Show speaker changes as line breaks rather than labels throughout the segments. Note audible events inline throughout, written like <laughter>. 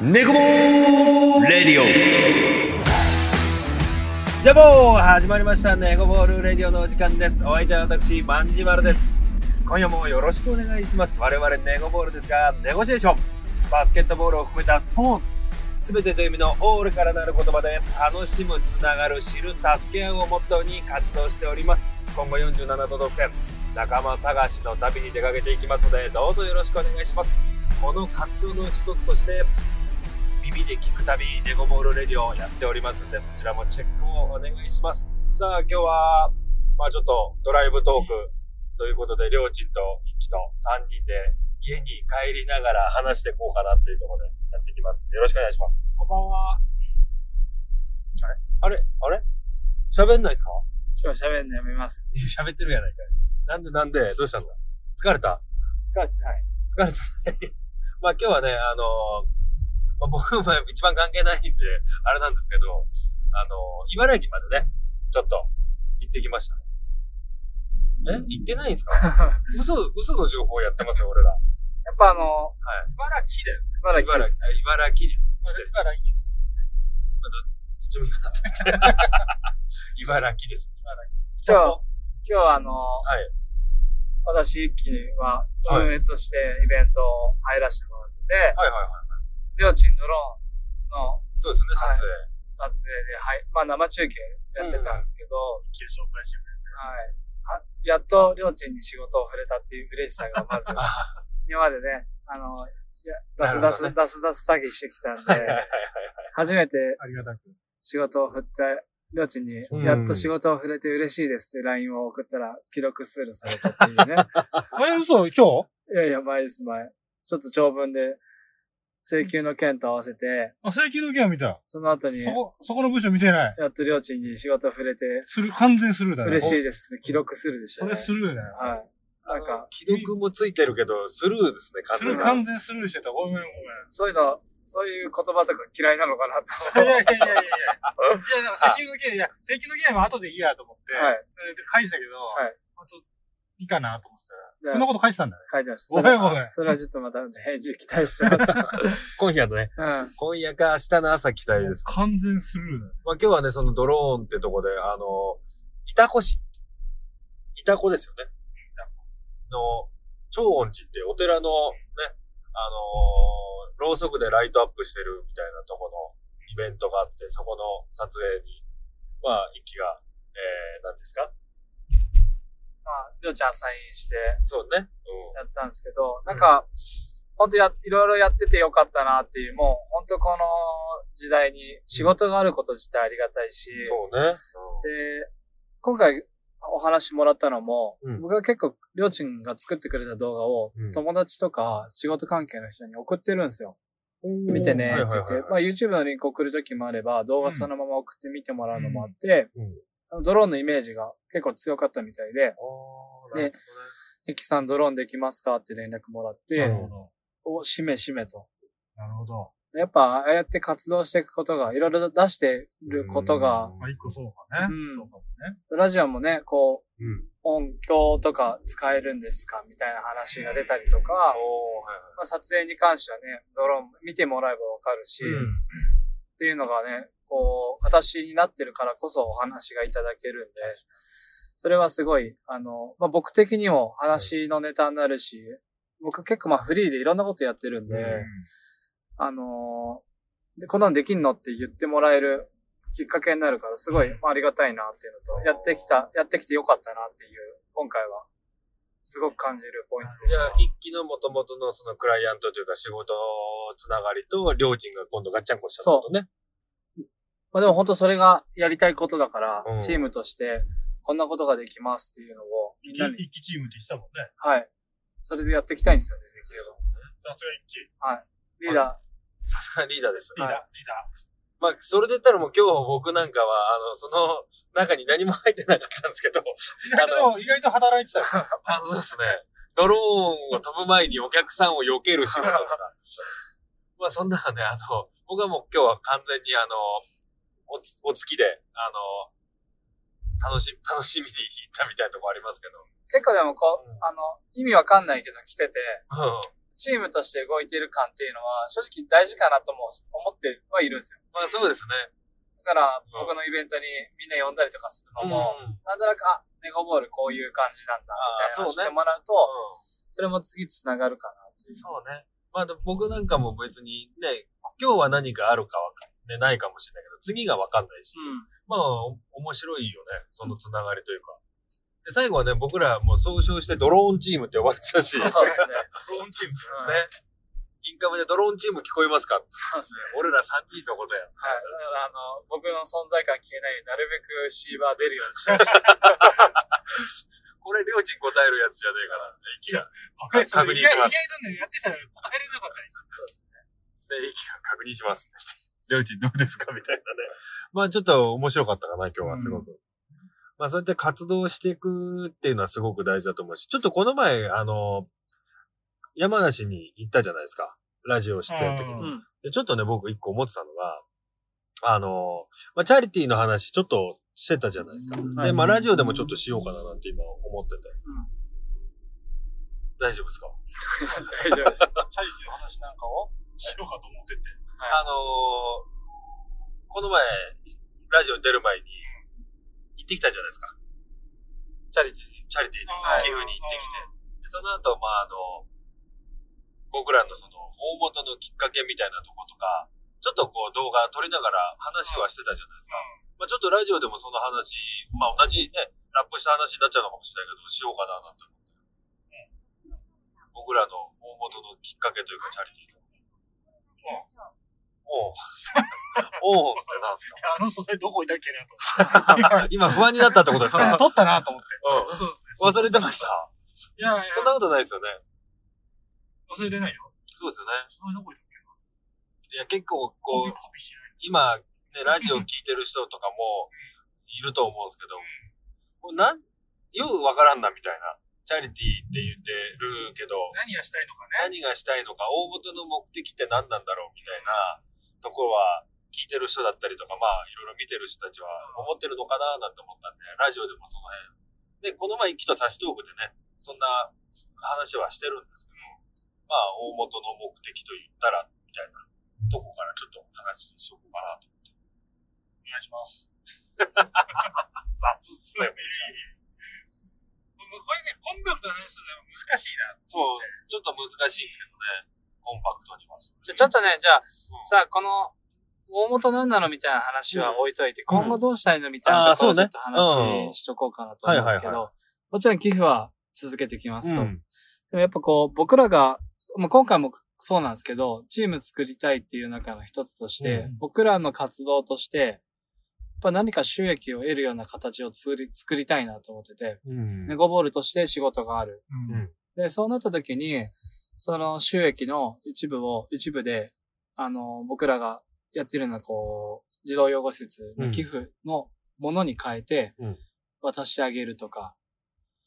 ネコボールレディオ
ジャボー始まりましたネゴボールレディオのお時間です。お相手は私、万事丸です。今夜もよろしくお願いします。我々ネゴボールですが、ネゴシエーション、バスケットボールを含めたスポーツ、すべてという意味のオールからなる言葉で、楽しむ、つながる、知る、助け合うをモットーに活動しております。今後47都道府県、仲間探しの旅に出かけていきますので、どうぞよろしくお願いします。この活動の一つとして、耳で聞くたびネゴボールレディオをやっておりますんで、そちらもチェックをお願いします。さあ、今日は、まあちょっとドライブトークということで、りょうちんと一輝と3人で家に帰りながら話していこうかなっていうところでやっていきます。よろしくお願いします。こんばんは。あれあれ喋んないですか
今日喋るのやめます。
<laughs> 喋ってるやないかい。なんでなんでどうしたんだ疲れた
疲れてない。
疲れてない。 <laughs> まあ今日はね、あのまあ、僕は一番関係ないんで、あれなんですけど、あの茨城までね、ちょっと行ってきましたね。え行ってないんですか嘘、嘘の情報やってますよ、俺ら。
やっぱあの、
茨城だよ
茨城
茨
です。
城、茨城です。
茨
失礼
城からいいです
ちょっと待って茨城です。
今日、今日はあの、
い
私、ゆっきーは
はい
運営としてイベントを入らせてもらってて、
はいはいはい。
りょうちんドローンの
そうですよね、撮
はい
影。
撮影で、はい、まあ生中継やってたんですけど、
旧紹介してく
はいあ。やっとりょうちんに仕事を触れたっていう嬉しさが
<laughs>
まず、
あ
今までね、あの、いや
な
ダ
るほ
ス
どね
ダス、ダスダス詐欺してきたんで、初めて
ありがたく。
仕事を振った、りょうちんに、やっと仕事を振れて嬉しいですっていう LINE を送ったら、既読スルーされたっていうね。
あれ、嘘今日
いやいや、前です、前。ちょっと長文で、請求の件と合わせて、
あ、請求の件は見た。
その後に
そ、こ、そこの部署見てない。
やっとりょうちんに仕事を振れて、
する、完全スルーだね。
嬉し
い。
いですって、既読スルーでした
そ
ね
れ。スルーだよ。
はい。なんか、
既読もついてるけど、スルーですね、完
スル
全
ー、
に。
完全スルーしてた。ごめんごめん。い
そういうの、そういう言葉とか嫌いなのかなと
やい
思っ
や
<laughs>
いやいやいや。いや、なんか請求の件、いや、請求の件は後でいいやと思っ
て、
て、
はい。
で返したけど、
はい
あと、いいかなと思ってた
で
ら、そんなこと返してたんだね。
書いてました。
ごめんご
そ
めん
れはそれはちょっとまた返事期待して
<laughs>
ます。
今夜のね、
うん。
今夜か明日の朝期待です。
完全スルーだよ。
まあ、今日はね、そのドローンってとこで、あの、イ子市。イ子ですよね。の、長音寺っていうお寺のね、あのーろうそくでライトアップしてるみたいなとこのイベントがあって、そこの撮影に、まあ、一気が、えー、何ですか
まあ、りょうちゃんサインして、
そうね。
やったんですけど、なんか、本当や、いろいろやっててよかったなっていう、もう本当この時代に仕事があること自体ありがたいし、
うん。そうね。
で、今回お話もらったのも、
うん
僕は結構、りょうちんが作ってくれた動画を
うん
友達とか仕事関係の人に送ってるんですよ。
うん
見てねって言っ
はい
て
は、い
ま
は
あ
い
YouTube のリンク送るときもあれば、動画そのまま送って見てもらうのもあって、
うんうん
あのドローンのイメージが結構強かったみたいで、
あーなるほどね
でエキさんドローンできますかって連絡もらって、
なるほど。
をしめしめと。
なるほど。
やっぱ、ああやって活動していくことが、いろいろ出してることが、
まあ、一個そうかね。
うん
そうかもね。
ラジオもね、こう、
うん。
音響とか使えるんですかみたいな話が出たりと
お
か、
ーはい
まあ、撮影に関してはね、ドローン見てもらえばわかるし、
はい
っ。ていうのがね、こう、形になってるからこそお話がいただけるんで、それはすごい、あの、まあ、僕的にも話のネタになるし、僕結構まあフリーでいろんなことやってるんで、
うん
あのーで、こんなんできんのって言ってもらえるきっかけになるから、すごいまあありがたいなっていうのと、やってきた、やってきてよかったなっていう、今回は、すごく感じるポイントでし
じゃ
た
あ。、一期の元々のそのクライアントというか仕事つながりと、りょうちんが今度ガッチャンコしたってことね。
まあでも本当それがやりたいことだから、
うん
チームとして、こんなことができますっていうのを、みんなに、
一期チームって言ってたもんね。
はい。それでやっていきたいんですよね、できれ
さすが一期。リ
ば。リーダ
さすがリーダーです。
ーダ
は
ー、リーダ
まあ、それで言ったらもう今日僕なんかは、あの、その中に何も入ってなかったんですけど、
ー。意外とでも、意外と働いてた
<laughs>
よ。
あのそうですね、ドローンを飛ぶ前にお客さんを避ける仕事とか。 <laughs> まあ、そんなのね、あの、僕はもう今日は完全にあの、おつ、お月で、あの、楽し、楽しみに行ったみたいなとこありますけど。
ー。結構でもこ
う
う、
ん
あの、意味わかんないけど来てて、
うん。
チームとして動いてる感っていうのは、正直大事かなとも思ってはいるんですよ。
まあそうですね。
だから、
うん
僕のイベントにみんな呼んだりとかするの
うん。
も、なんとなく、あ、ネゴボールこういう感じなんだ、みたい
あー
なの
そ
を
う
知
ね
ってもらうと、
う
それも次つながるかなって
ん
いう。
そうね。まあでも僕なんかも別にね、今日は何かあるかわかんない。ね、ないかもしれないけど、次がわかんないし。
うん。
まあ、お面白いよね。そのつながりというか。で、最後はね、僕らもう総称してドローンチームって呼ばれてた
<laughs>
し、ね。
そうですね。
ローンチーム。
うん
インカムでドローンチーム聞こえますか
そうですね。
俺ら3人のことや。
はい。だからあの、僕の存在感消えないようになるべくシーバー出るようにしました。
これ、りょうちん答えるやつじゃねえかな。息が。
はい
確認し
意外
ま
意
す。
外とね、やってたら答えれなかったりする。
で、息が確認します。 <laughs> りょうちんどうですかみたいなね。まあ、ちょっと面白かったかな、今日はすごく。まあ、そうやって活動していくっていうのはすごく大事だと思うし、ちょっとこの前、あの、山梨に行ったじゃないですか。ラジオ出演の時に
う。
うん。
で、ちょっとね、僕一個思ってたのが、あの、まあ、チャリティーの話ちょっとしてたじゃないですか。
は
で、
い
まあ、ラジオでもちょっとしようかななんて今思ってて。
ん
大丈夫ですか、
大丈夫です。
チャリティーの話なんかをしようかと思ってて。
あのーこの前、ラジオに出る前に、行ってきたじゃないですか。
チャリティーに。、
チャリティーに
はい
寄付に行ってきて。でその後、まあ、あの、僕らのその、大元のきっかけみたいなとことか、ちょっとこう動画撮りながら話はしてたじゃないですか。まあ、ちょっとラジオでもその話、まあ、同じね、ラップした話になっちゃうのかもしれないけど、しようかななんて思って。僕らの大元のきっかけというか、チャリティーの。おう。おうってなんですか
<laughs> あの素材どこいたっけな
<laughs>
と。<laughs>
今不安になったってことですか、
撮ったなと思って。
うん、
そう
忘れてました。
いやいや、
そんなことないですよね。
忘れてないよ。
そうですよね。
素材どこいたっけ
いや、結構
コピ
こ
ー
う、
コピーしてない。
今、ね、ラジオ聞いてる人とかもいると思うんですけど、もうなん、ようわからんなみたいな。チャリティーって言ってるけど、
何がしたいのかね。
何がしたいのか、大元の目的って何なんだろうみたいなところは、聞いてる人だったりとか、まあ、いろいろ見てる人たちは思ってるのかななんて思ったんで、ラジオでもその辺。で、この前、きとサシトークでね、そんな話はしてるんですけど、まあ、大元の目的と言ったら、みたいなとこからちょっとお話ししようかなと。
お願いします。
雑っすね。
これね、コンパクトな話するのは難しいな。
そう、ちょっと難しいんですけどね、コンパクトには。
じゃ、ちょっとね、じゃあ、
うん
さあ、この、大元なんなのみたいな話は置いといて、今後どうしたいのみたい
あー
なところ
そう
をちょっ
ね
と話しとこうかなと思うんですけ
うんはいはい
ど、もちろん寄付は続けてきますと。
う
で
ん
もやっぱこう、僕らが、まあ、今回もそうなんですけど、チーム作りたいっていう中の一つとして、
うん
僕らの活動として、やっぱ何か収益を得るような形を作り作りたいなと思ってて、
うん
ネゴボールとして仕事がある。
うん
で、そうなった時に、その収益の一部を、一部で、あの、僕らがやってるような、こう、児童養護施設の寄付のものに変えて
うん、
渡してあげるとか、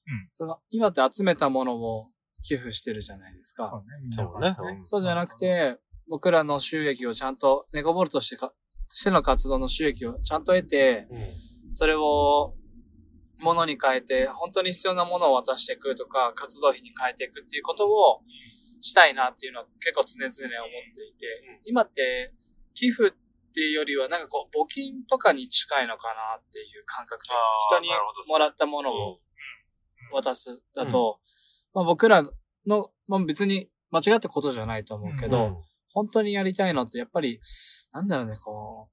うん
その、今って集めたものを寄付してるじゃないですか。
うね
そうね。うん
そうじゃなくて、僕らの収益をちゃんと、ネゴボールとしてか、としての活動の収益をちゃんと得て、
うん
それを、ものに変えて、本当に必要なものを渡していくとか、活動費に変えていくっていうことをしたいなっていうのは結構常々思っていて、
うん
今って寄付っていうよりはなんかこう募金とかに近いのかなっていう感覚的に
あー
人に
なるほど
もらったものを渡すだと、まあ、僕らの、まあ、別に間違ったことじゃないと思うけど、
うん
本当にやりたいのって、やっぱり、なんだろうね、こ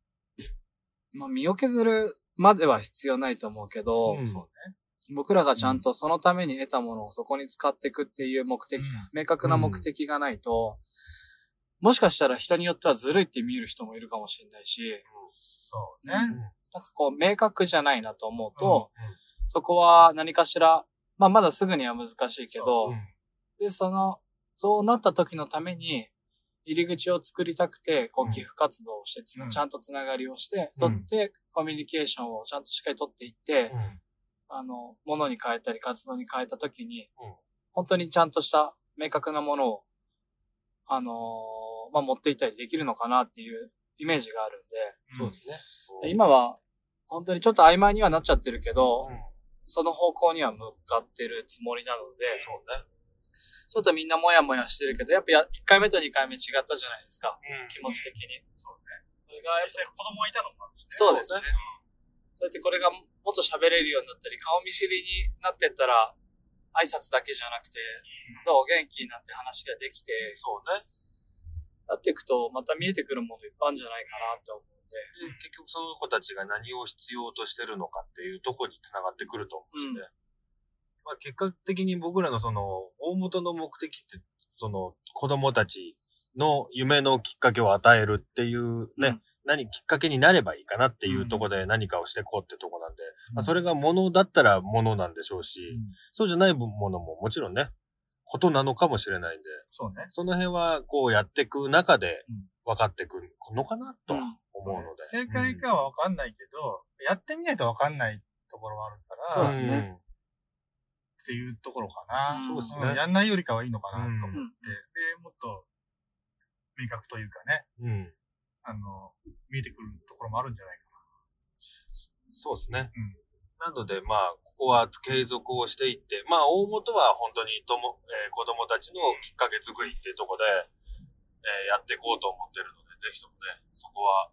う、まあ、身を削るまでは必要ないと思うけど、
うん
僕らがちゃんとそのために得たものをそこに使っていくっていう目的、明確な目的がないと、もしかしたら人によってはずるいって見る人もいるかもしれないし、
そうね。
なんかこう、明確じゃないなと思うと、
うんうん
そこは何かしら、まあ、まだすぐには難しいけど、
うん
で、その、そうなった時のために、入り口を作りたくて、こ
うん
う、寄付活動をしてつな、
うん
ちゃんとつながりをして、
うん
取って、コミュニケーションをちゃんとしっかり取っていって、
うん
あの、物に変えたり、活動に変えた時に、
うん
本当にちゃんとした明確なものを、あのーまあ、持っていったりできるのかなっていうイメージがあるん
そうですね。
で、で今は、本当にちょっと曖昧にはなっちゃってるけど、
うん
その方向には向かってるつもりなので、
そうね。
ちょっとみんなもやもやしてるけど、やっぱや1回目と2回目違ったじゃないですか。
うん
気持ち的に。
そうね。
それがやっ
実際
ぱ
子供がいたのもあるしね。
そうですね
ん。
そうやってこれがもっと喋れるようになったり、顔見知りになってったら、挨拶だけじゃなくて、どう元気になって話ができて、
そうね。
なっていくと、また見えてくるものいっぱいあるんじゃないかなって思うんで。
で結局その子たちが何を必要としてるのかっていうとこにつながってくると思うしね。
うん
まあ、結果的に僕らのその大元の目的って、その子供たちの夢のきっかけを与えるっていうね、
うん
何きっかけになればいいかなっていうところで何かをしていこうってとこなんで、まあ、それがものだったらものなんでしょうし、そうじゃないものももちろんね、ことなのかもしれないんで、
そうね。
その辺はこうやっていく中で分かってくるのかなと
う
は
ん
思うので。
正解かはわかんないけど、やってみないとわかんないところはあるか
そう
ら、
ですね
っていうところかな。
そうです
ね
んやんないよりかはいいのかなと思って、
うん
う
で
ん。、
もっと明確というかね、
うん。うん。
あの、見えてくるところもあるんじゃないか
そうですね。
うん
なので、まあ、ここは継続をしていって、まあ、大元は本当にとも、えー子供たちのきっかけ作りっていうところで、えーやっていこうと思ってるので、ぜひともね、そこは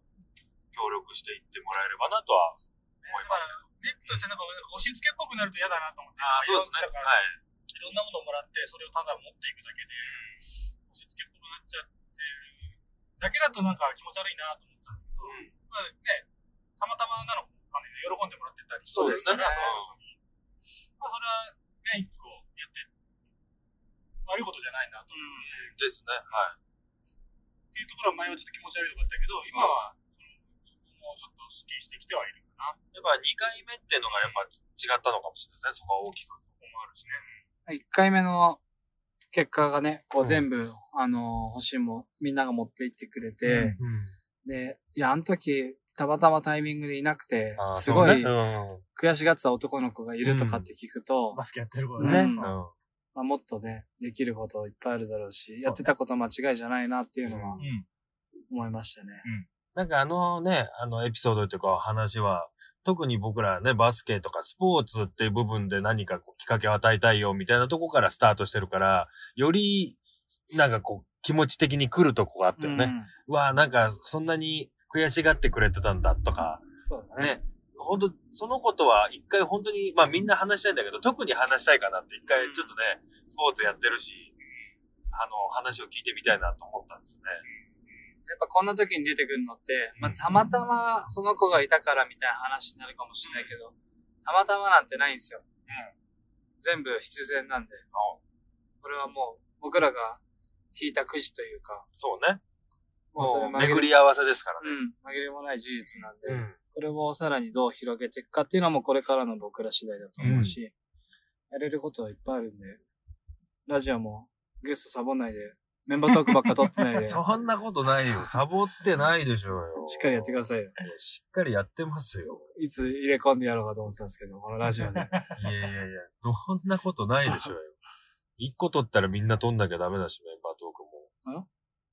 協力していってもらえればなとは思いますけど。
な。ネックとしてなんか、なんか押し付けっぽくなると嫌だなと思って。
ああ、そうですね。
だ
は
から
い。
いろんなものをもらって、それをただ持っていくだけで、押し付けっぽくなっちゃってるだけだとなんか気持ち悪いなと思ったんだけど、まあね、たまたまなのかもわかんないけど喜んでもらってたり
そうですね
からその人にまあそれはね、一個やって、悪いことじゃないなと。
うんですね。はい。
っていうところは前はちょっと気持ち悪いとこだったけど、今は、そのそこもちょっとスッキリしてきてはいるかな。
やっぱ2回目っていうのがやっぱ違ったのかもしれないですね。そこは大きく。
ここもあるしね。
1回目の結果がね、
う
こうん全部、あの、欲しいもんみんなが持って行ってくれて、で、いや、あの時、たまたまタイミングでいなくて
あ、ー
すごい
そうね
悔しがってた男の子がいるとかって聞くと、
バスケやってること
とね
ね。
うん
うんうん
まあ、もっとね、できることいっぱいあるだろうし、やってたこと間違いじゃないなっていうのは
うん。
思いましたね。
なんかあのね、あのエピソードというか話は、特に僕らね、バスケとかスポーツっていう部分で何かこうきっかけを与えたいよみたいなとこからスタートしてるから、よりなんかこう気持ち的に来るとこがあったよね。うわあなんかそんなに悔しがってくれてたんだとか、
うんそうだね。
ね、本当そのことは一回本当に、まあみんな話したいんだけど、特に話したいかなって一回ちょっとね、スポーツやってるし、あの、話を聞いてみたいなと思ったんですよね。
やっぱこんな時に出てくるのって、まあ、
うん
たまたまその子がいたからみたいな話になるかもしれないけど、たまたまなんてないんですよ。全部必然なんで。これはもう僕らが引いたくじというか、
そうね。
もうそれ
もう巡
紛れ
り合わせですから
う
ね。
ん、紛れもない事実なんで、
うん
これをさらにどう広げていくかっていうのはもうこれからの僕ら次第だと思うし、やれることはいっぱいあるんで、ラジオもゲストサボんないで、メンバートークばっか撮ってないで、しっ
<laughs> そんなことないよ。サボってないでしょうよ。
かりやってく
だ
ださいよ。
さい。しっかりやってますよ。
いつ入れ込んでやろうかと思ってたんですけど、このラジ
<laughs>
オで。
いやいやいや、どんなことないでしょうよ。一個取ったらみんな取んなきゃダメだし、メンバート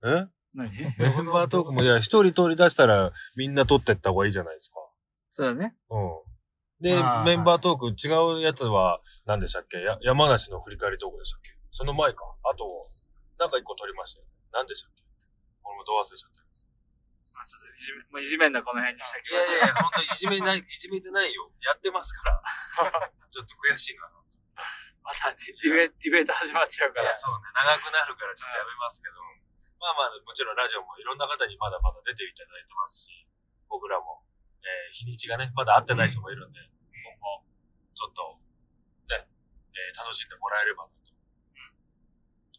ークも。え
何 <laughs>
メンバートークも、いや、一人取り出したらみんな取ってった方がいいじゃないですか。
そうだね。
うん。で、
まあ
メンバートーク、違うやつは、何でしたっけや山梨の振り返りトークでしたっけその前か。あと、なんか一個取りましたよね。何でしたっけ俺もどう忘れちゃった。
まあちょっといじめ、まあ、いじめんだこの辺にしてき
いやいやいや、本当いじめない、いじめてないよ。やってます
<laughs>
から。ちょっと悔しいな。
またディベディベート始まっちゃうか
い
ら
や、。そうね。長くなるからちょっとやめますけど。まあまあ、もちろんラジオもいろんな方にまだまだ出ていただいてますし、僕らも、えー日にちがね、まだ会ってない人もいるんで、今後、ちょっと、ね、えー楽しんでもらえればなと。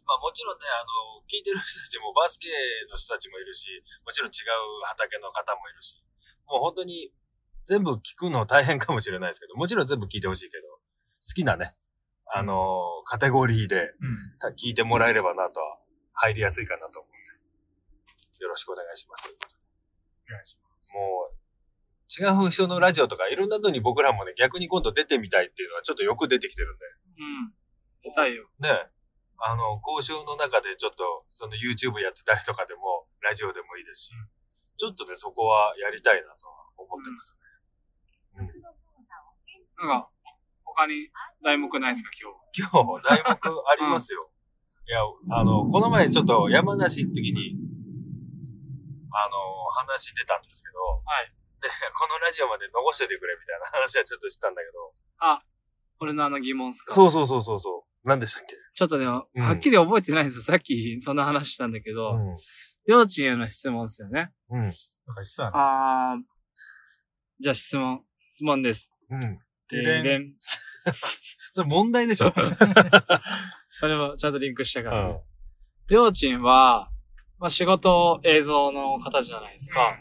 まあもちろんね、あの、聞いてる人たちもバスケの人たちもいるし、もちろん違う畑の方もいるし、もう本当に全部聞くの大変かもしれないですけど、もちろん全部聞いてほしいけど、好きなね、あの、カテゴリーで、
うん。
た聞いてもらえればなとは、入りやすいかなと思うんで、よろしくお願いします。
お願いしま
もう、違う人のラジオとか、いろんなのに僕らもね、逆に今度出てみたいっていうのはちょっとよく出てきてるん
うん。出たいよ。
で、ね、あの、交渉の中でちょっと、その YouTube やってたりとかでも、ラジオでもいいですし、ちょっとね、そこはやりたいなとは思ってますね。
なんか、他に題目ないですか、今日。
今日、題目ありますよ。いや、あの、この前ちょっと山梨の時に、あの、話出たんですけど、
はい。
で、このラジオまで残しててくれみたいな話はちょっとしたんだけど。
俺のあの疑問っすか
そうそうそうそうそう。何でしたっけ
ちょっとね、はっきり覚えてないんですよ。さっきそんな話したんだけど、
ん。
りょーちんへの質問ですよね。
うん。
なんか実はね、
あー、じゃあ質問。質問です。
うん。
でれん
でん
それ問題でしょ
それもちゃんとリンクした
う
から。りょーちんは、まあ、仕事映像の方じゃないですか。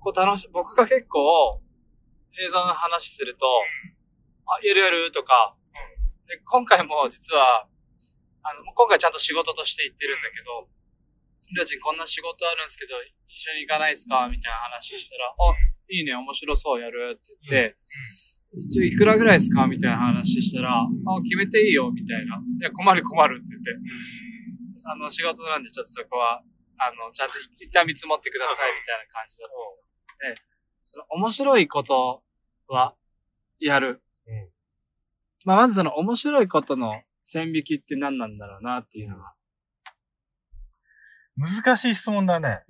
こう楽し、僕が結構映像の話すると、あ、やるやるとか、で今回も実は、あの、今回ちゃんと仕事として行ってるんだけど、りょうちんこんな仕事あるんですけど、一緒に行かないですかみたいな話したら、あ、いいね、面白そうやるって言って、一応いくらぐらいですかみたいな話したら、あ、決めていいよ、みたいな。いや、困る困るって言って。あの、仕事なんでちょっとそこは、あの、ちゃんと一旦見積もってください、みたいな感じだったんですよ。で、その面白いことは、やる。
うん
まあ、まずその面白いことの線引きって何なんだろうな、っていうのは。
難しい質問だね。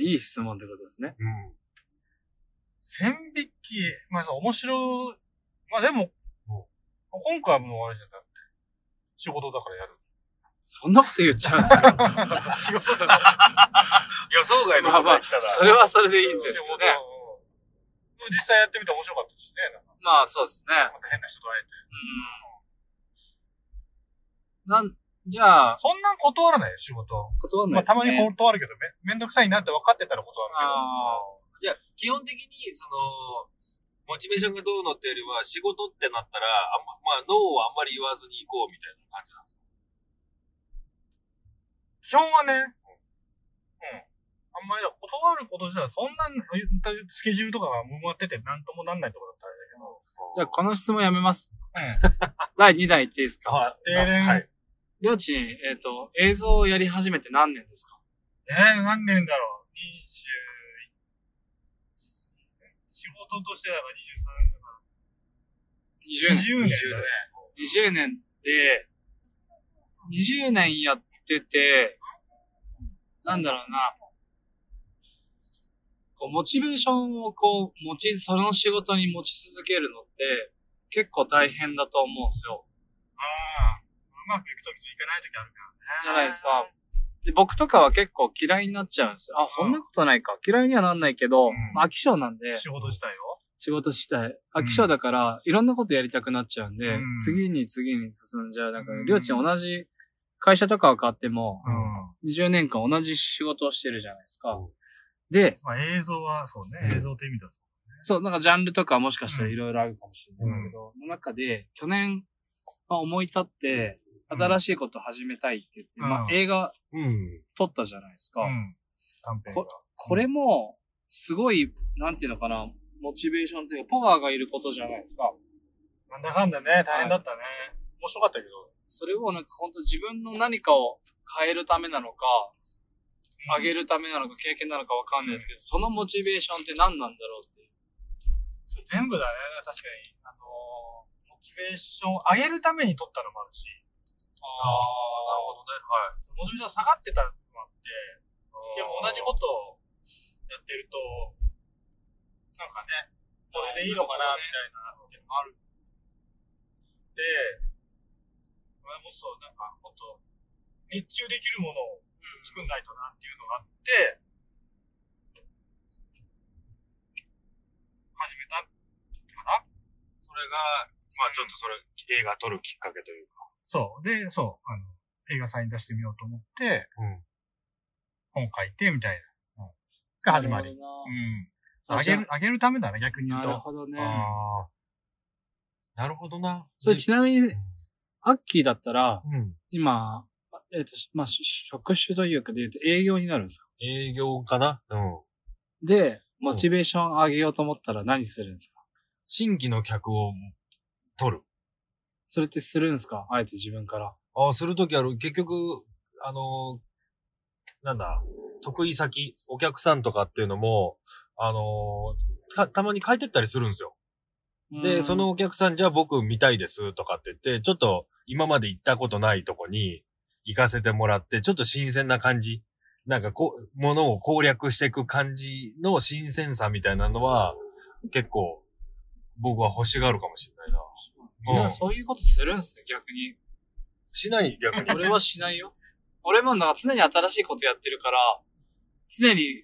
いい質問ってことですね。
うん。
線引き、まあそう、面白い。まあでも、今回はもうあれじゃなくて、仕事だからやる。
そんなこと言っちゃうんですよ。
予想外の
まあ
答
まあ
え来たら。、
それはそれでいいんですけど
よ
ね。
実際やってみて面白かったしね。なんか
まあ、そうですね。
また変な人と会え
うん。
て。
なん、じゃあ、
そんなん断らないよ、仕事。
断んない
まあ
です
た
ね。
まに断るけど、め、めんどくさいなって分かってたら断るけど。
あ
じゃあ、基本的に、その、モチベーションがどうのってよりは、仕事ってなったら、あんま、まあ、ノーをあんまり言わずに行こうみたいな感じなんですか
基本はね、うん。あんまりだ断ること自体はそんな、スケジュールとかが埋まってて何ともなんないところだったらあ
じゃあ、
れだけど。
この質問やめます。
うん。
<laughs> 第2弾いっていいですか
は
定年
はい。
りょうちん、えっ、と、映像をやり始めて何年ですか
えー、何年だろう。20、仕事としてだから23だか
?20
ら。
年。
20年だね。
20年で、20年やってて、なんだろうな。こう、モチベーションをこう、持ち、その仕事に持ち続けるのって、結構大変だと思うんですよ。
ああ。うまくいくときといかないときあるからね。
じゃないですか。で、僕とかは結構嫌いになっちゃうんですよ。あ、そんなことないか。嫌いにはなんないけど、
うん
まあ飽き性なんで。
仕事自体を。
仕事したい。飽き性だから、いろんなことやりたくなっちゃうんで、
うん
次に次に進んじゃう。だから、
うん
りょうちん同じ会社とかは変わっても、
ん。
20年間同じ仕事をしてるじゃないですか。
うん
で、
まあ映像は、そうね、映像って意味だと。
そう、なんかジャンルとかもしかしたらいろいろあるかもしれないですけど、の中で、去年、まあ、思い立って、
うん
新しいこと始めたいって言って、まあ
うん
映画
うん。
撮ったじゃないですか。
ん。短編が。
これも、すごい、なんていうのかな、モチベーションというか、パワーがいることじゃないですか。
なんだかんだね、大変だったね。面白かったけど。
それをなんか本当自分の何かを変えるためなのか、上げ
る。
るためなのか、経験なのかわかんないですけど、そのモチベーションって何なんだろうっていう。
全部だね、確かに。あのー、モチベーションを上げるために撮ったのもあるし。
あ
なるほどね。はい。モチベーション下がってたのもあって、でも同じことをやってると、なんかね、これでいいのかな、みたいなのもある。で、これもそう、なんか、ほんと、熱中できるものを作んないとなっていうのがあって、始めたかな
それが、まあちょっとそれ、映画撮るきっかけというか。
そう。で、そう。あの、映画祭に出してみようと思って、
うん
本書いて、みたいな。うんが始まり。う。ん。あげる、あげるためだね、逆に言う
な
と。
るほどね。
ああ。なるほどな。
それちなみに
ん、
アッキーだったら、
うん。
今、あえっ、と、まあ、し職種というかで言うと営業になるんですか
営業かなうん。
で、モチベーション上げようと思ったら何するんですか
新規の客を撮る。
それってするんですかあえて自分から。
ああ、するときある。結局、あのーなんだ、得意先、お客さんとかっていうのも、あのーた、たまに変えてったりするんですよ。で、そのお客さん、じゃあ僕見たいですとかって言って、ちょっと今まで行ったことないとこに行かせてもらって、ちょっと新鮮な感じ。なんかこう、ものを攻略していく感じの新鮮さみたいなのは、結構、僕は欲しがるかもしれないな。
みんなそういうことするんすね、逆に。
しない逆に。
俺はしないよ。俺もなんか常に新しいことやってるから、常に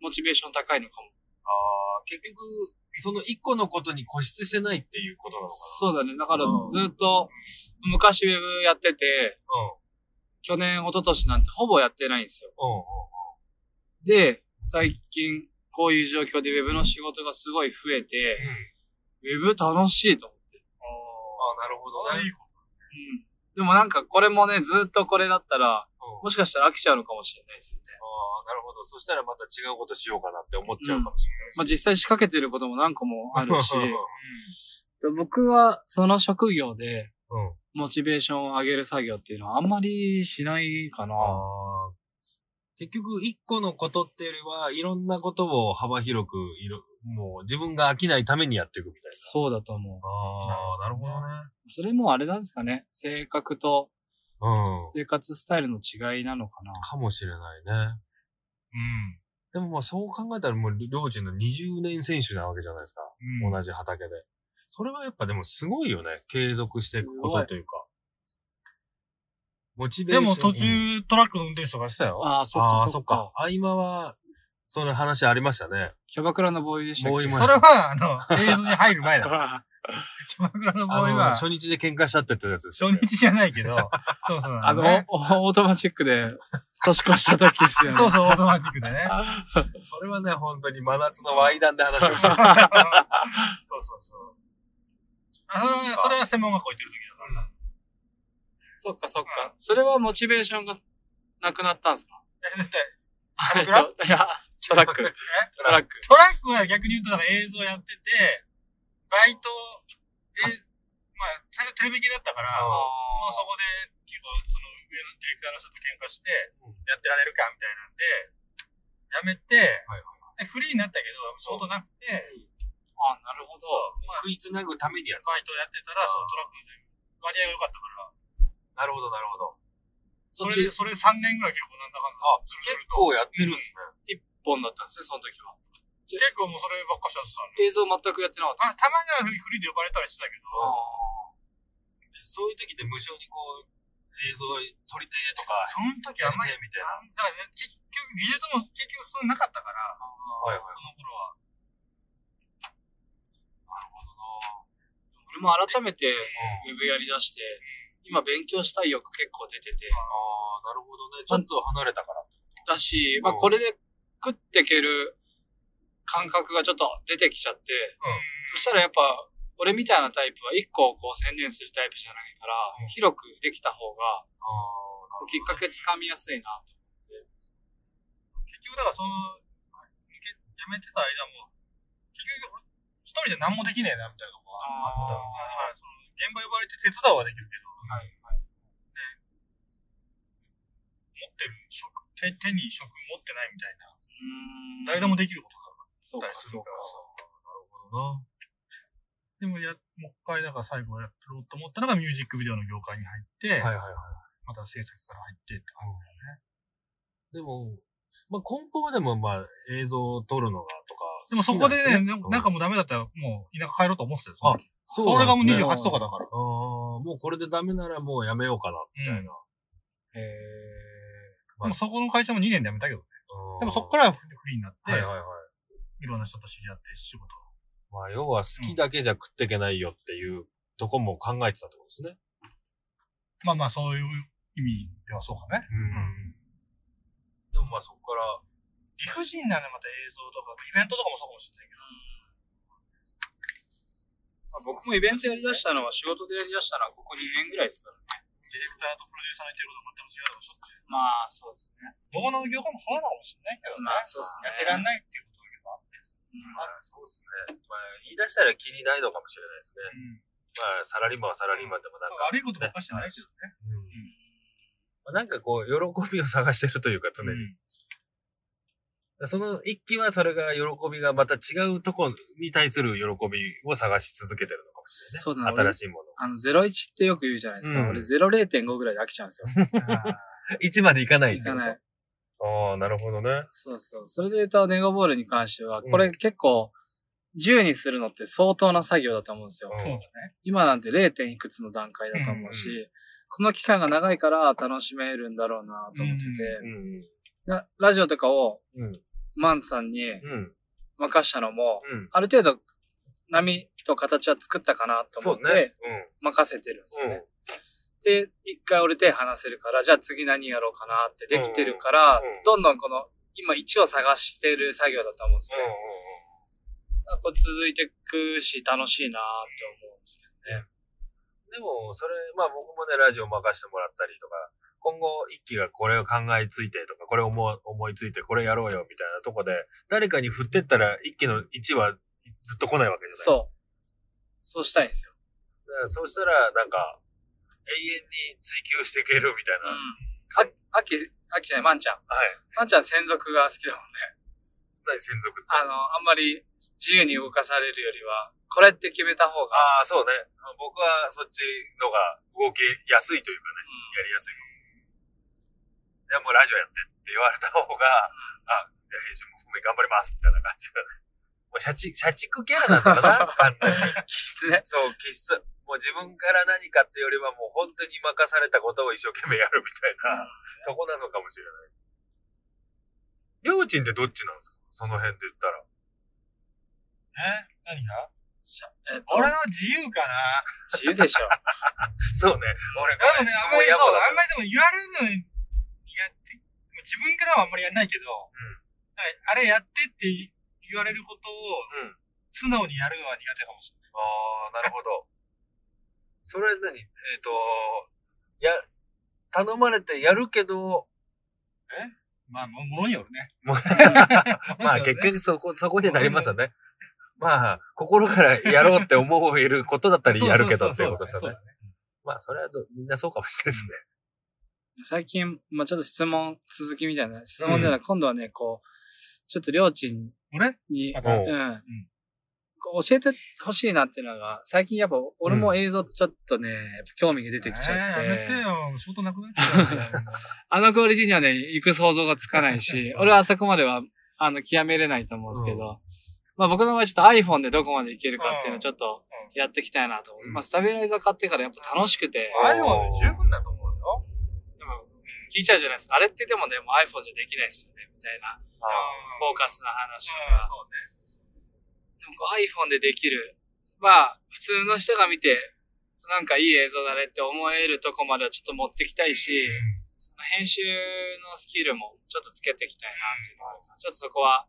モチベーション高いのかも。
ああ、結局、その一個のことに固執してないっていうことなのか
そうだね。だから
うん
ずっと、昔ウェブやってて、去年、一昨年なんてほぼやってないんですよ。
な。うん。うんうん。
で、最近、こういう状況でウェブの仕事がすごい増えて、
うん。
ウェブ楽しいと思って。
ああ、なるほど
あ
ね。
いいこ
うん。でもなんかこれもね、ずっとこれだったら、
うん
もしかしたら飽きちゃうのかもしれないですよね。
ああ、なるほど。そしたらまた違うことしようかなって思っちゃうかもしれないし。
まあ実際仕掛けてることも何個もあ
<laughs>
るし、
う
で僕はその職業で
ん。
モチベーションを上げる作業っていうのはあんまりしないかな。
ああ。結局、一個のことっていうよりは、いろんなことを幅広く、いろ、もう自分が飽きないためにやっていくみたいな。
そうだと思う。
ああ、なるほどね。
それもあれなんですかね。性格と
うん。
生活スタイルの違いなのかな。
かもしれないね。うん。でもまあそう考えたらもう、りょうちんの20年選手なわけじゃないですか。
と。
同じ畑で。それはやっぱでもすごいよね。継続していくことというか。モチベー
で
ション。
も途
うん
中、トラックの運転手とかしてたよ。
ああ、そっ
あ
か
あ、
そ
そ
っ
っ
か
か。。合間は、その話ありましたね。
キャバクラのボーイでしたっ
もう
け
今
<laughs>
それは、あの、映像に入る前 <laughs> だ。
あ
キャバクラのボ
あ
ーイ
の、
は、
初日で喧嘩したって言ってたやつですよ
初
ね。
日じゃないけど、そうそう。
あの、オオートマチックで年越した時ですよね。
<laughs> そうそう、オートマチックでね。
それはね、本当に真夏のワイダンで話をした。
そうそうそう。あそれは、それは専門学校行ってる時だから。
そっかそっか。それはモチベーションがなくなったんですか
え
えっ
キャバ
<laughs> といや、トラック。トラック。
トラックは逆に言うと、だから映像やってて、バイト、えまあ、最初テレビ系だったから、もうそこで、結構、その上のディレクターの人と喧嘩して、やってられるかみたいなんで、やめて、
はい
でフリーになったけど、仕事なくて、
あ、なるほど。
まあ
食いつなぐためにやる。
バイトやってたら、
あー
そのトラックの割合が良かったから、
<laughs> なるほど、なるほど。
そっ
それ
ち
で、それ3年ぐらい結構なんだかんだ、
あ
ず
結
るずると
構やってるっすね。
一本だったんですね、その時は。
結構もうそればっかしやってたんで。
映像全くやってなかったん
あ
ですか
たまにはフリーで呼ばれたりしてたけど、
そういう時って無償にこう、映像撮りてえとか、
その時
や
あ
り
んまり、
てえみたいな。
あだからね、結局技術も結局そんななかったから、
はいはい
その頃は。
俺も改めてウェブやりだして、今勉強したい欲結構出てて、
ああ、なるほどね。ちょっと離れたから。
だし、まあ
うん
これで食ってける感覚がちょっと出てきちゃって、そしたらやっぱ俺みたいなタイプは一個をこう専念するタイプじゃないから、広くできた方が
ああ、なるほど
きっかけつかみやすいなと。
結局だからその、抜けやめてた間も、結局俺一人で何もできねえなみたいなとこがあった。だからその現場呼ばれて手伝うはできるけど、
はい
持ってる職、手手に職持ってないみたいな。
う
誰でもできることだっ
そう
た
か
りす
そ
る
う
か。
から
なるほどな。でもや、もう一回だから最後やろうと思ったのがミュージックビデオの業界に入って、
はいはいはい。
また制作から入ってって感
で
じだよね。
も、まあ、根本はでも、まあ、映像を撮るのがとか。
でもそこでね、なんかなんか
も
もうダメだったらもう田舎帰ろうと思ってたよ。
あ
そ
そ
れがもう
ね
28とかだか
あ
ら。
あ、もうこれでダメならもうやめようかな、みたいな。
へー
うん
でもそこの会社も2年で辞めたけどね。
うん
でもそこからフリーになって、
はいはいはい。
いろんな人と知り合って仕事を。
まあ、要は好きだけじゃ食っていけないよっていうとこも考えてたってことですね。
まあまあそういう意味ではそうかね。
うん。でもまあそこから、
理不尽なね、また映像とか、イベントとかもそうかもしれないけど。
まあ僕もイベントやりだしたのは仕事でやりだしたのはここ2年ぐらいですからね。
ディレクターとプロデューサーの言ってること全く違うのがしょっちゅう。
まあそうですね。
僕の業界もそうなのかもしれないけどね。
まあそうっすね
やってらんないっていうことだけどあっ
ま
て。
あそうですね。まあ言い出したら気にないのかもしれないですね。
うん。
まあサラリーマンはサラリーマンでもなんか、
悪いことばっかしてないけど
うん
ね。
まあなんかこう、喜びを探してるというか常に。
うん
その一期はそれが喜びがまた違うとこに対する喜びを探し続けてるのかもしれ
そうだ
な
ない
ね。
俺
新しいも
あの、01ってよく言うじゃないですか。
うん
俺0.5ぐらいで飽きちゃう
<laughs>
んですよ。
の。1までいかない
い
ってこと。
かない。
ああ、なるほどね。
そうそう。それで言うと、ネゴボールに関しては、
うん
これ結構、10にするのって相当な作業だと思うんですよ。
うん
今なんて 0. いくつの段階だと思うし、
うん
この期間が長いから楽しめるんだろうなと思ってて、
うん。
なラジオとかを
うん。
マンさんに
うん。
任したのも、
うん。
ある程度、波と形は作ったかなと
そ
思
う
っ
ね
て、。任せてるんですよね。
うん
で、一回俺手離せるから、じゃあ次何やろうかなってできてるから、
うんうん
どんどんこの、今1を探してる作業だと思うんですよね。なんかこれ続いてくし、楽しいなって思うんですけどね。
でも、それ、まあ僕もね、ラジオ任せてもらったりとか、今後、一期がこれを考えついてとか、これを思う思いついて、これやろうよ、みたいなとこで、誰かに振ってったら、一期の1はずっと来ないわけじゃない
そう。そうしたいんですよ。
だからそうしたら、なんか、永遠に追求していけるみたいな。
うん
はい。。
あ、あき、あきじゃない、まんちゃん。まんちゃん専属が好きだもんね。
何専属って。
あの、あんまり自由に動かされるよりは、これって決めた方が、 <laughs>
ああ、そうね。僕はそっちのが動きやすいというかね、やりやすいかも。でもうラジオやってって言われた方が、あ、じゃあ編集も含め頑張りますみたいな感じだね。もう社畜、社畜キャラなんだ
<laughs>
からな、完全に。
気質ね。
そう、気質。もう自分から何かってよりはもう本当に任されたことを一生懸命やるみたいなとこなのかもしれない。りょうちんってどっちなんですかその辺で言ったら。
え何が
えっと、
俺は自由かな。
自由でしょ。
そうね。俺
でもね、あんまりそう、あんま
り。
りでも言われるのにやって、自分からはあんまりやんないけど、なんかあれやってって言われることを
うん。
素直にやるのは苦手かもしれない。
ああ、なるほど。それ何えっ、と、や、頼まれてやるけど、
まあ、もものによるね。
もうまあ結
ものによるね、
局そこ、そこになりますよね。まあ、心からやろうって思えることだったりやるけどっていうことですよ
そう
ね
だ。ね。
まあ、それはどみんなそうかもしれないですね。
最近、まあちょっと質問、続きみたいな、質問じゃない、今度はね、こう、ちょっとりょうちん
俺
に、
あ
も
う。
うん
こう教えてほしいなっていうのが、最近やっぱ俺も映像ちょっとね、やっぱ興味が出てきちゃって、
えーやめてよ。仕事なくなっ
<laughs>
ちゃうよ。
あのクオリティにはね、行く想像がつかないし、俺はあそこまでは、あの、極めれないと思うんですけど、まあ僕の場合ちょっと iPhone でどこまでいけるかっていうのをちょっとやっていきたいなと思う。
うん
まあスタビライザー買ってからやっぱ楽しくて、
ああいうので十分だと思うよ。
でも聞いちゃうじゃないですか。あれってでもね、もう iPhone じゃできないですよね、みたいな、
あ
フォーカスな話と
うん
か。
そうね。
でもこう iPhone でできる。まあ、普通の人が見て、なんかいい映像だねって思えるとこまではちょっと持ってきたいし、その編集のスキルもちょっとつけていきたいなっていうのはあるから、ちょっとそこは、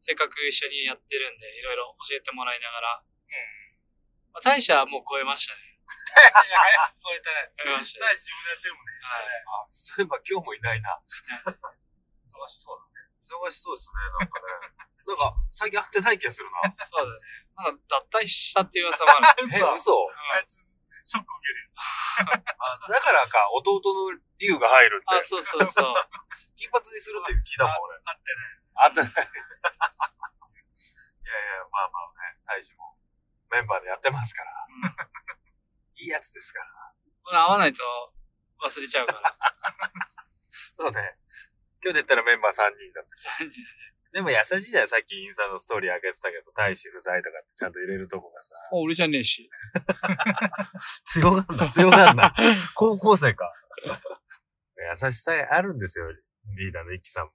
せっかく一緒にやってるんで、いろいろ教えてもらいながら。まあ、大社はもう超えましたね。
いや早く超えたい。
<laughs> 超えましたね。
大して自分でやってるもんね。
はい
あそういえば今日もいないな。
忙しそうだ。
忙しそうですね、なんかね。なんか、最近会ってない気がするな。
そうだね。なんか脱退したっていう噂もある。
え、
嘘
嘘
あいつ、ショック受けるよ。
あだからか、弟の龍が入るって
あ、。そうそうそう。 <laughs>
金髪にするって聞いたもん、俺。
あってね。
あったね。いやいや、まあまあね、大使もメンバーでやってますから。いいやつですから。
俺会わないと忘れちゃうから。
そうね。今日で言ったらメンバー3人だって。
3人
でも優しいじゃん、さっきインスタのストーリー上げてたけど、大使不在とかってちゃんと入れるとこがさ。
あ、俺じゃねえし。
強がんな、強がんな。高校生か。優しさあるんですよ、リーダーの一輝さんも。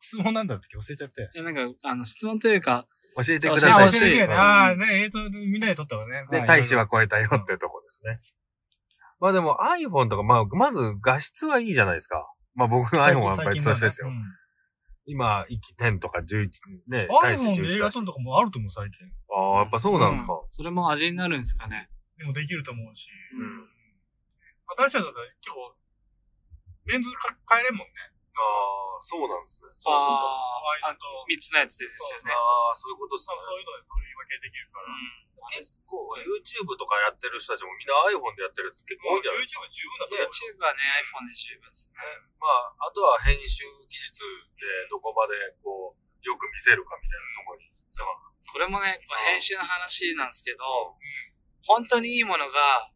質問なんだって忘れちゃったよ。
いや、なんか、あの、質問というか、
教えてくだ
あ
さい。
教えてくれ
うん
ああ、ね、映像みんなで撮ったわね。
で、
はい
大使は超えたよっていうとこですね。まあでも iPhone とか、まあ、まず画質はいいじゃないですか。まあ僕の iPhone は別としてですよ。。今、10とか11、ね、
最
大使
近最近はねうん iPhone で映
11
画
だ
撮
し
る。とかもあると思う、最近。
ああ、やっぱそうなんですか。
それも味になるんですかね。
でもできると思うし。
うん
新しいやつだったら結構、レンズか変えれんもんね。
ああ、そうなんですね。
あ
ワ
あ
イドと、
3つのやつでですよね。
ああ、そういうことです
そうそういうので取り分けできるから。
結構 YouTube とかやってる人たちもみんな iPhone でやってるやつ結構多いんじゃないですか。
YouTube 十分だと思うよ。
YouTube はね、iPhone で十分ですね。
まあ、あとは編集技術でどこまでこう、よく見せるかみたいなところに。だから
これもね、こう編集の話なんですけど、本当にいいものが、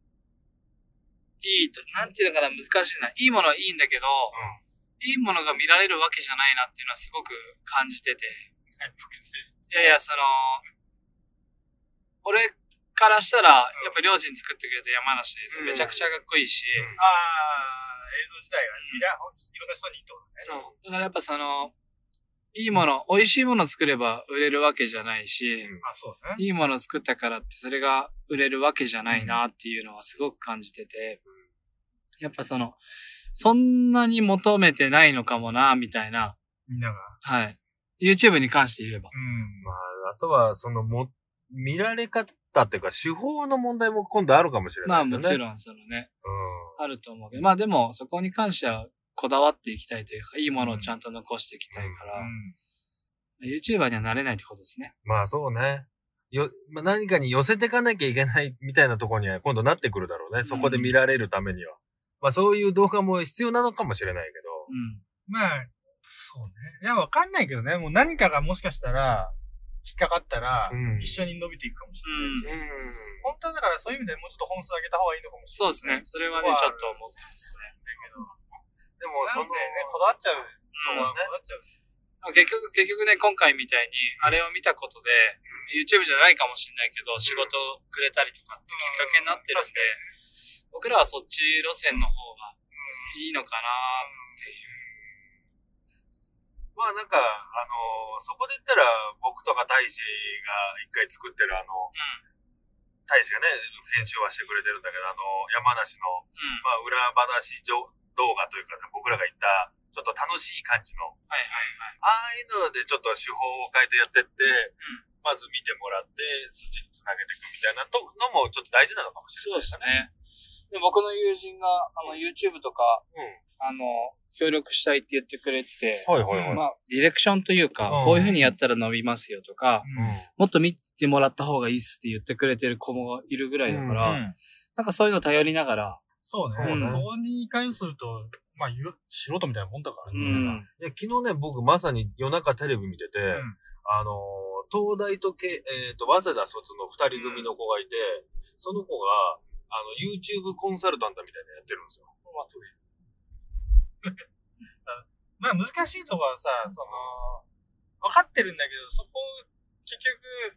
いいと、なんていうのかな、難しいな。いいものはいいんだけど、いいものが見られるわけじゃないなっていうのはすごく感じてて。いやいや、その、俺からしたら、やっぱり両親作ってくれた山梨で
うん
めちゃくちゃかっこいいし、
うん
あー、映像自体がいらいろんな人にいいってことね。
そう。だからやっぱその、いいもの、美味しいもの作れば売れるわけじゃないし、
うん
あ、そうだね。
いいもの作ったからってそれが売れるわけじゃないなっていうのはすごく感じてて、やっぱその、そんなに求めてないのかもな、みたいな。
みんなが。
はい。YouTube に関して言えば。
うん。
まあ、あとは、そのも、見られ方っていうか、手法の問題も今度あるかもしれ
ま
な
あ
いですよ
も
ね。
ち
ん。
ろんそのね、あると思うけど、まあでもそこに関してはこだわっていきたいというか、いいものをちゃんと残していきたいから、
うん。
YouTuber にはなれないってことですね。
まあそうね。よ、まあ、何かに寄せていかなきゃいけないみたいなところには今度なってくるだろうね。そこで見られるためには。まあそういう動画も必要なのかもしれないけど。
うん。
まあ、そうね。いや、わかんないけどね。もう何かがもしかしたら、引っかかったら
うん、
一緒に伸びていくかもしれな
う
い。
ん。
本当はだからそういう意味でもうちょっと本数上げた方がいいのかもし
そうですね。それはね、ちょっと思ってますね。
で
れないけど。
も
な
そ
んせ
の、
ね、こだわっちゃう。そ
ね
うこだわっちゃう。
結局、結局ね、今回みたいに、あれを見たことで、YouTube じゃないかもしれないけど、仕事くれたりとかってきっかけになってるんで、僕らはそっち路線の方がいいのかなっていう。
まあなんか、あのそこで言ったら、僕とか大使が一回作ってるあの、大使がね、編集はしてくれてるんだけど、あの、山梨の、
うん。うん。
まあ裏話じょ動画というかね、僕らが言った、ちょっと楽しい感じの、
はいはいはい。
ああいうのでちょっと手法を変えてやってって、まず見てもらって、そっちにつなげていくみたいなとのもちょっと大事なのかもしれ
そう
ない
ですね。で僕の友人が、あの、YouTube とか、あの、協力したいって言ってくれてて、
うん。はいはいはい。
まあ、ディレクションというか、
うん
こういう風にやったら伸びますよとか、
うん
もっと見てもらった方がいいっすって言ってくれてる子もいるぐらいだから、
う
なんかそういうの頼りながら、
そうね。
そう
ね
そこに関すると、まあ、言う素人みたいなもんだから
う
ね。
ん。
いや昨日ね、僕まさに夜中テレビ見てて、
ん
あのー、東大とけ、えっ、と、早稲田卒の二人組の子がいて、その子が、あの、YouTube コンサルタントみたいなのやってるんですよ。
まあ、難しいとこはさ、その、分かってるんだけど、そこを、結局、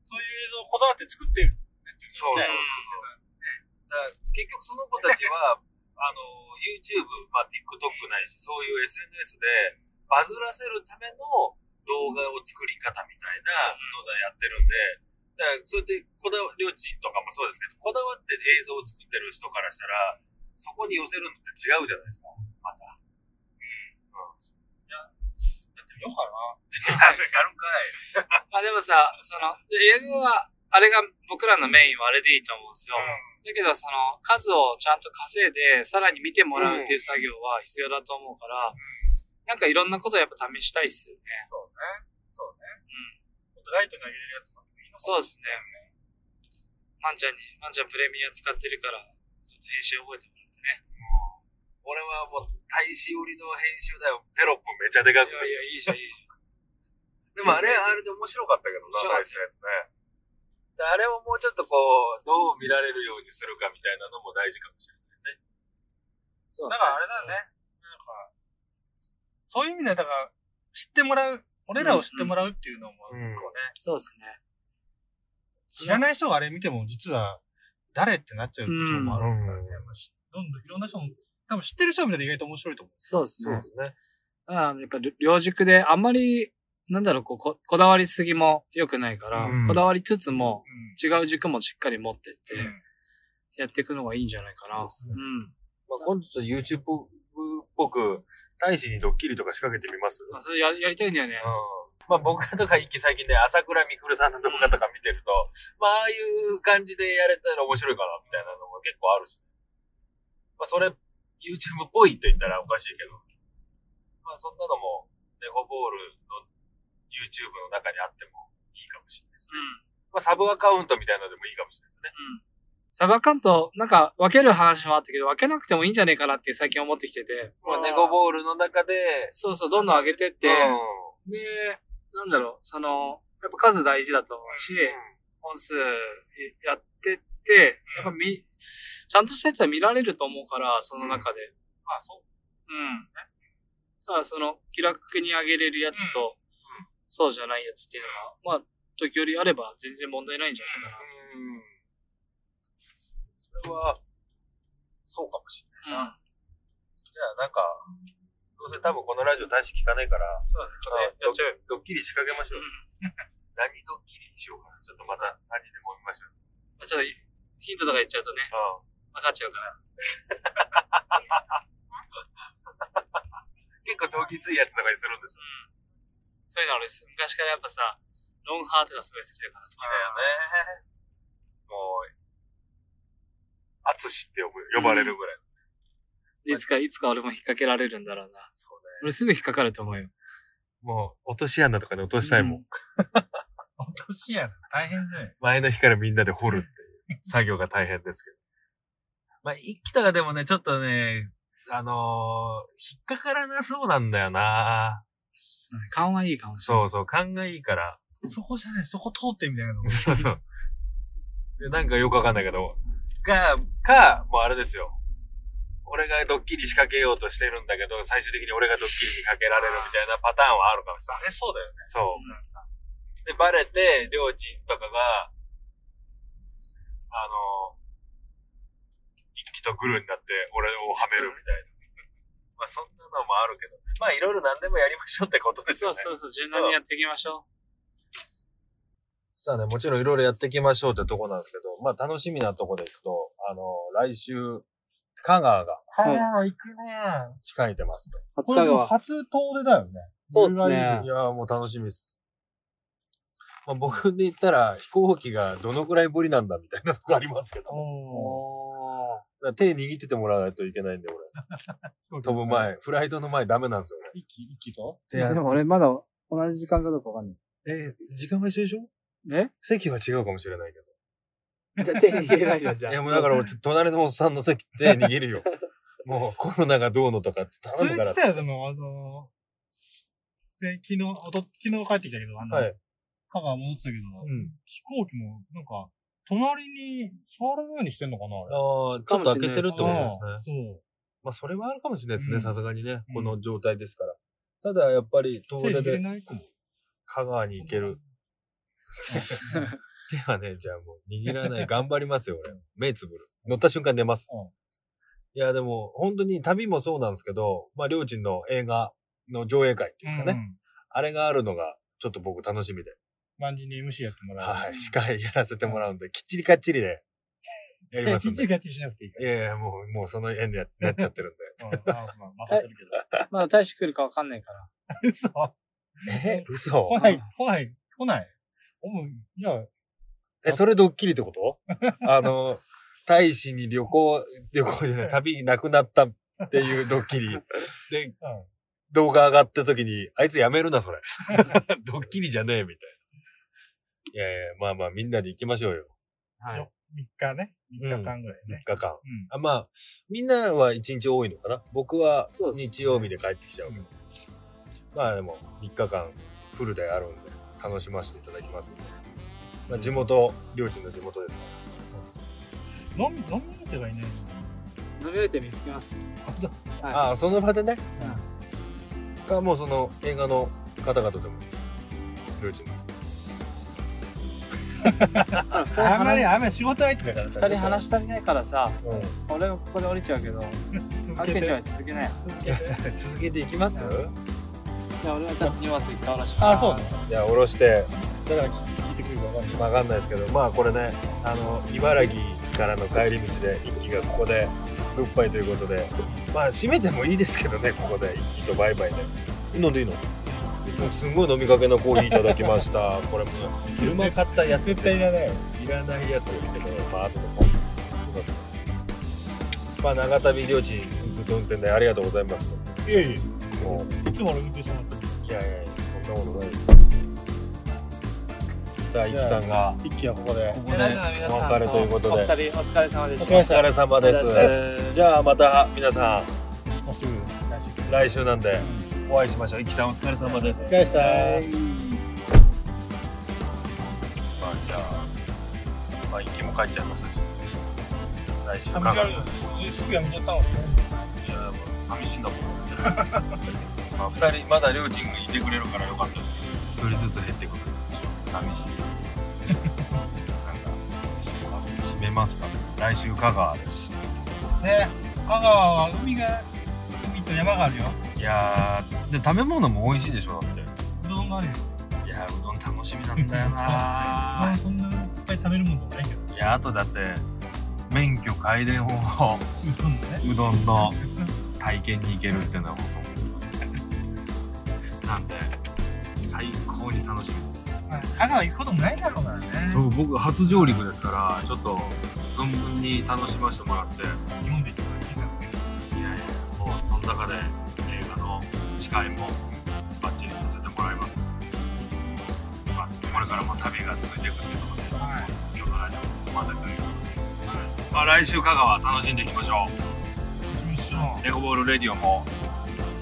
そういう映像をこだわって作ってる。
そうそうそうそう。だから結局その子たち <laughs> は、あの、YouTube、まあ、TikTok ないし、そういう SNS でバズらせるための動画を作り方みたいなのでやってるんで、だからそうやってこだわ、りょうちんとかもそうですけど、こだわって映像を作ってる人からしたら、そこに寄せるのって違うじゃないですか。また。
やってみようかな。
やるんかい。
まあでもさ、その、映像は、あれが、僕らのメインはあれでいいと思うんですよ。だけど、その、数をちゃんと稼いで、さらに見てもらうっていう作業は必要だと思うから、なんかいろんなことをやっぱ試したいっすよね。
そうね。そうね。うん。もっとライトに上げれるやつもいいのか
そうですね。まんちゃんに、まんちゃんプレミア使ってるから、ちょっと編集覚えてもらってね。
俺はもう、大使寄りの編集だよ。テロップめっちゃでかくす
い
る。
やいや、いいじゃん、いいじ
で
ゃん。
もあれ、あれで面白かったけどな、
面白か
大
った
使のやつね。であれをもうちょっとこう、どう見られるようにするかみたいなのも大事かもしれない。
そう
だからあれだよね。なんか、そういう意味で、だから、知ってもらう、俺らを知ってもらうっていうのも、こう
う
ね、
ん
そうですね。
知らない人があれ見ても、実は、誰ってなっちゃうこともあるからね。
う
まあしどんどんいろんな人も、多分知ってる人を見たら意外と面白いと思う。
そうですね。
すね。
あやっぱり両軸で、あんまり、なんだろう、こうこ、こだわりすぎも良くないから、
うん
こだわりつつも、
うん。
違う軸もしっかり持ってって、やっていくのがいいんじゃないかな。
そうで
ん。
まあ、今度ちょっと YouTube っぽく、大使にドッキリとか仕掛けてみます
まあ、それややりたいんだよね。
まあ僕とか一気最近で朝倉未来さんの動画とか見てると、まあああいう感じでやれたら面白いかなみたいなのも結構あるし。まあそれ、YouTube っぽいと言ったらおかしいけど。まあそんなのも、ネゴボールの YouTube の中
サバ缶と、なんか分ける話もあったけど、分けなくてもいいんじゃねえかなって最近思ってきてて、
まあ、ネゴボールの中で、
そうそう、どんどん上げてって、で、なんだろう、その、やっぱ数大事だと思うし、本数やってって、やっぱみ、ちゃんとしたやつは見られると思うから、その中で。
まあ、そう。
うん。だからその、気楽に上げれるやつと、そうじゃないやつっていうのが、まあ、時折あれば全然問題ないんじゃないか
うん。それは、そうかもしれない。
な。うん。
じゃあなんか、どうせ多分このラジオ大して聞かないから、
そうだね。ちょっとねやっちゃうよ。
ドッキリ仕掛けましょう。
うん
何ドッキリにしようかな。ちょっとまた3人で揉みましょう。
まあちょっと、ヒントとか言っちゃうとね、分かっちゃうから。
結構動機ついやつとかにするんですよ。
そういうの俺、昔からやっぱさ、ロンハーとかすごい好きだから
好。きだよね。もう、アツシって呼ぶ呼ばれるぐらい。
いつか、いつか俺も引っ掛けられるんだろうな。
そう
俺すぐ引っ掛かると思うよ。
もう、落とし穴とかに落としたいもん。
うん
落とし穴、大変だよ。
前の日からみんなで掘るっていう作業が大変ですけど。まあ、一気たがでもね、ちょっとね、あのー引っかからなそうなんだよな
勘はいいかもしれ
そうそう、勘がいいから。
そこじゃない、そこ通ってみたいなの。
そうそう。で、なんかよくわかんないけど、が、か、もうあれですよ。俺がドッキリ仕掛けようとしてるんだけど、最終的に俺がドッキリにかけられるみたいなパターンはあるかもしれない。
あれそうだよね。
そう。で、バレて、りょうちんとかが、あの、一気とグルになって、俺をはめるみたいな。まあ、そんなのもあるけど。まあ、いろいろ何でもやりましょうってこと
ない。
ですよ
そう
ね。
そうそう、柔軟にやっていきましょ
さあね、もちろんいろいろやっていきましょうってとこなんですけど、まあ、楽しみなとこでいくと、あの、来週、香川が
はい
ああ、行くね。
控えてますと。
う。初
こ
香
れもう
川。
初遠出だよね。
そうっすね
ユーライ
いやーもう楽しみです。まあ、僕で言ったら、飛行機がどのくらいぶりなんだみたいなとこありますけど。
ブ
おー
だから手握っててもらわないといけないんで、俺。飛ぶ。前、フライトの前ダメなんですよ、
一気、一気と
俺。
でも俺まだ同じ時間かどうかわかんない。
えー時間は一緒でしょ
え
席は違うかもしれないけ
<laughs>
じゃあ手に入れないじゃん、じゃ
ど。
あ
いや、もうだから俺、隣のおっさんの席で逃げるよ。もうコロナがどうのとかって
そ
頼
れ
む
言
から
って。たよ、でも、あのー、で昨日、おと昨日帰ってきたけど、あの、
はい。
香川戻ってたけど、
うん。
飛行機も、なんか、隣に座るようにしてんのかなあれ
ああ、ちょっと開けてるってことですね。
そう。
まあ、それはあるかもしれないです
う
ね、
ん
さすがにね
う。ん
この状態ですから。ただ、やっぱり、遠
手
出
入れ
で
ないかも。
香川に行ける。手はね、じゃあもう握ら
<laughs>
ない。頑張りますよ、俺。目つぶる。乗った瞬間寝ます。
うん
いや、でも、本当に旅もそうなんですけど、まあ、りょうちんの映画の上映会っていうんですかね。
うん
あれがあるのが、ちょっと僕楽しみで。
万人に MC やってもらう。
はい。司会やらせてもらうんで、きっちりかっちりで、やり
え、
ます
<laughs> きっ
ん
ち
で。
りガチしなくていいか
いやいや、もう、もうその縁でややっちゃって
<laughs>
るん
ら。うん、まあまあ、任
<laughs>
せるけど。
まだ大して来るかわかんないから。
<laughs> 嘘。
で。え、嘘
来ない、来ない、来ない。おむ、じゃあ、
え、それドッキリってことあの、大使に旅行、旅行じゃない、旅なくなったっていうドッキリ。で、
うん
動画上がった時に、あいつやめるな、それ。ドッキリじゃねえ、みたいな。いやいや、まあまあ、みんなで行きましょうよ。
よ3日ね。3日間ぐらいね。
3日間。
うん。
あまあ、みんなは1日多いのかな。僕は
そうっすね
日曜日で帰ってきちゃうけど。まあでも、3日間フルであるんで、楽しませていただきますんで。まあ、地元、りょうちんの地元ですか
飲み、飲みに行けばいいね。
飲み終えて見つけます。
ら。ああ、その場でね。
うん
か、もうその映画の方々でも、りょうちんの。
あんまり、あんまり仕事相手だから。
二人話し足りないからさ、
うん
俺はここで降りちゃうけど、あ
続
け
け
ちゃん
て。
は続けないよ。
続けて。
続けていきます
じゃあ俺はちょっと荷物一回下ろし
あ、そう
う。
だ。
いや、下ろして、
だから聞いてくるかわかんない。
わかんないですけど、まあこれね、あの、茨城からの帰り道で、一気がここで、物販ということで、まあ閉めてもいいですけどね、ここで、一気とバイバイで。飲んでいいのすんごい飲みかけのコーヒーいただきました。これも、昼間買ったやつ
絶対いらないよ。
いらないやつですけど、まあ後で買います。まあ長旅領地、ずっと運転でありがとうございます。
いやいや、い
も
つもの運転してもらってる。
う、いやいやいや、そんなことないですよ。さあ、イキさんが、
一気はここで
ここでお別れということで。
お疲れ様で
お
し
疲れ様です。
た。
じゃあまた皆さ
もうすぐ
ん、来週なんでお会いしましょう。イキさんお疲れ様です。
お疲れでした
まあじゃあ、まあ、一気も帰っちゃいましたし、来週
寂
か
しが
ら
る。よすぐやめちゃったの
いや、もう寂しいんだもん。まあ、二人、まだりょうちんがいてくれるから良かったですけど、一人ずつ減ってくる。寂しい。なんか、締めます。締めますか、ね。来週香川ですし。
ね香川は海が海と山があるよ
いやー、で、食べ物も美味しいでしょだって。
うどんがあるよ
いやー、うどん楽しみなんだよな
あそんないっぱい食べるもんじゃないけ
<laughs> ー。
ど
いやー、あとだって、免許改善方法、
うどんのね
うどんの体験に行けるっていうのは、僕もなんで、最高に楽しみです。
まあ香川行くこともないだろうからね
そう僕初上陸ですからちょっと存分に楽しませてもらってい
日本で一番小さな国です
やいやもうその中で映画の司会もバッチリさせてもらいます、まあ、これからも旅が続いていくっていうことで、今日のラジオはここまでということで、まあ、来週香川楽しんでいきましょ
楽しみにしよう
うレゴボールレディオも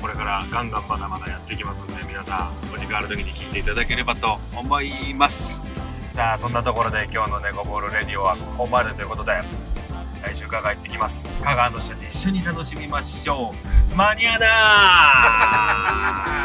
これからガンガンまだまだやっていきますので皆さんお時間ある時に聞いていただければと思いますさあそんなところで今日のネゴボールレディオはここまでということで来週香川行ってきます香川の人たち一緒に楽しみましょう間に合わない